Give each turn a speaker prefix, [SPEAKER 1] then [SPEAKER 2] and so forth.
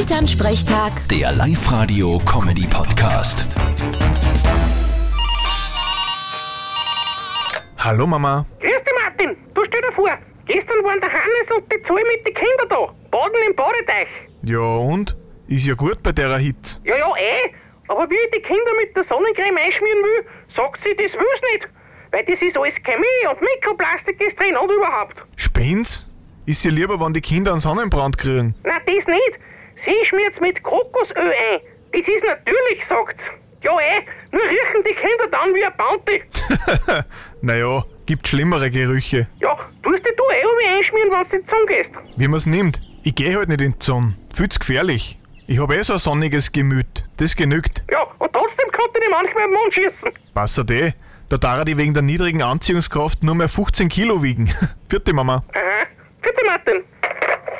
[SPEAKER 1] Elternsprechtag,
[SPEAKER 2] Der Live-Radio-Comedy-Podcast.
[SPEAKER 3] Hallo Mama.
[SPEAKER 4] Grüß dich, Martin. Du stell dir vor, gestern waren der Hannes und die Zoe mit den Kindern da, baden im Badeteich.
[SPEAKER 3] Ja und? Ist ja gut bei derer Hitze.
[SPEAKER 4] Ja, ja, eh. Aber wie ich die Kinder mit der Sonnencreme einschmieren will, sagt sie, das will's nicht. Weil das ist alles Chemie und Mikroplastik ist drin und überhaupt.
[SPEAKER 3] Spinnt's? Ist ja lieber, wenn die Kinder einen Sonnenbrand kriegen.
[SPEAKER 4] Na, das nicht. Sie schmiert's mit Kokosöl ein. Das ist natürlich, sagt's. Ja, eh. Nur riechen die Kinder dann wie ein Bounty.
[SPEAKER 3] Naja, gibt schlimmere Gerüche.
[SPEAKER 4] Ja, tust dich du eh irgendwie einschmieren, wenn's die Zunge gehst.
[SPEAKER 3] Wie man's nimmt. Ich geh halt nicht in die Sonne. Viel zu gefährlich. Ich hab eh so ein sonniges Gemüt. Das genügt.
[SPEAKER 4] Ja, und trotzdem konnte ich manchmal im Mund schießen.
[SPEAKER 3] Passert eh. Da darf die wegen der niedrigen Anziehungskraft nur mehr 15 Kilo wiegen. Vierte Mama.
[SPEAKER 4] Aha. Bitte, Martin.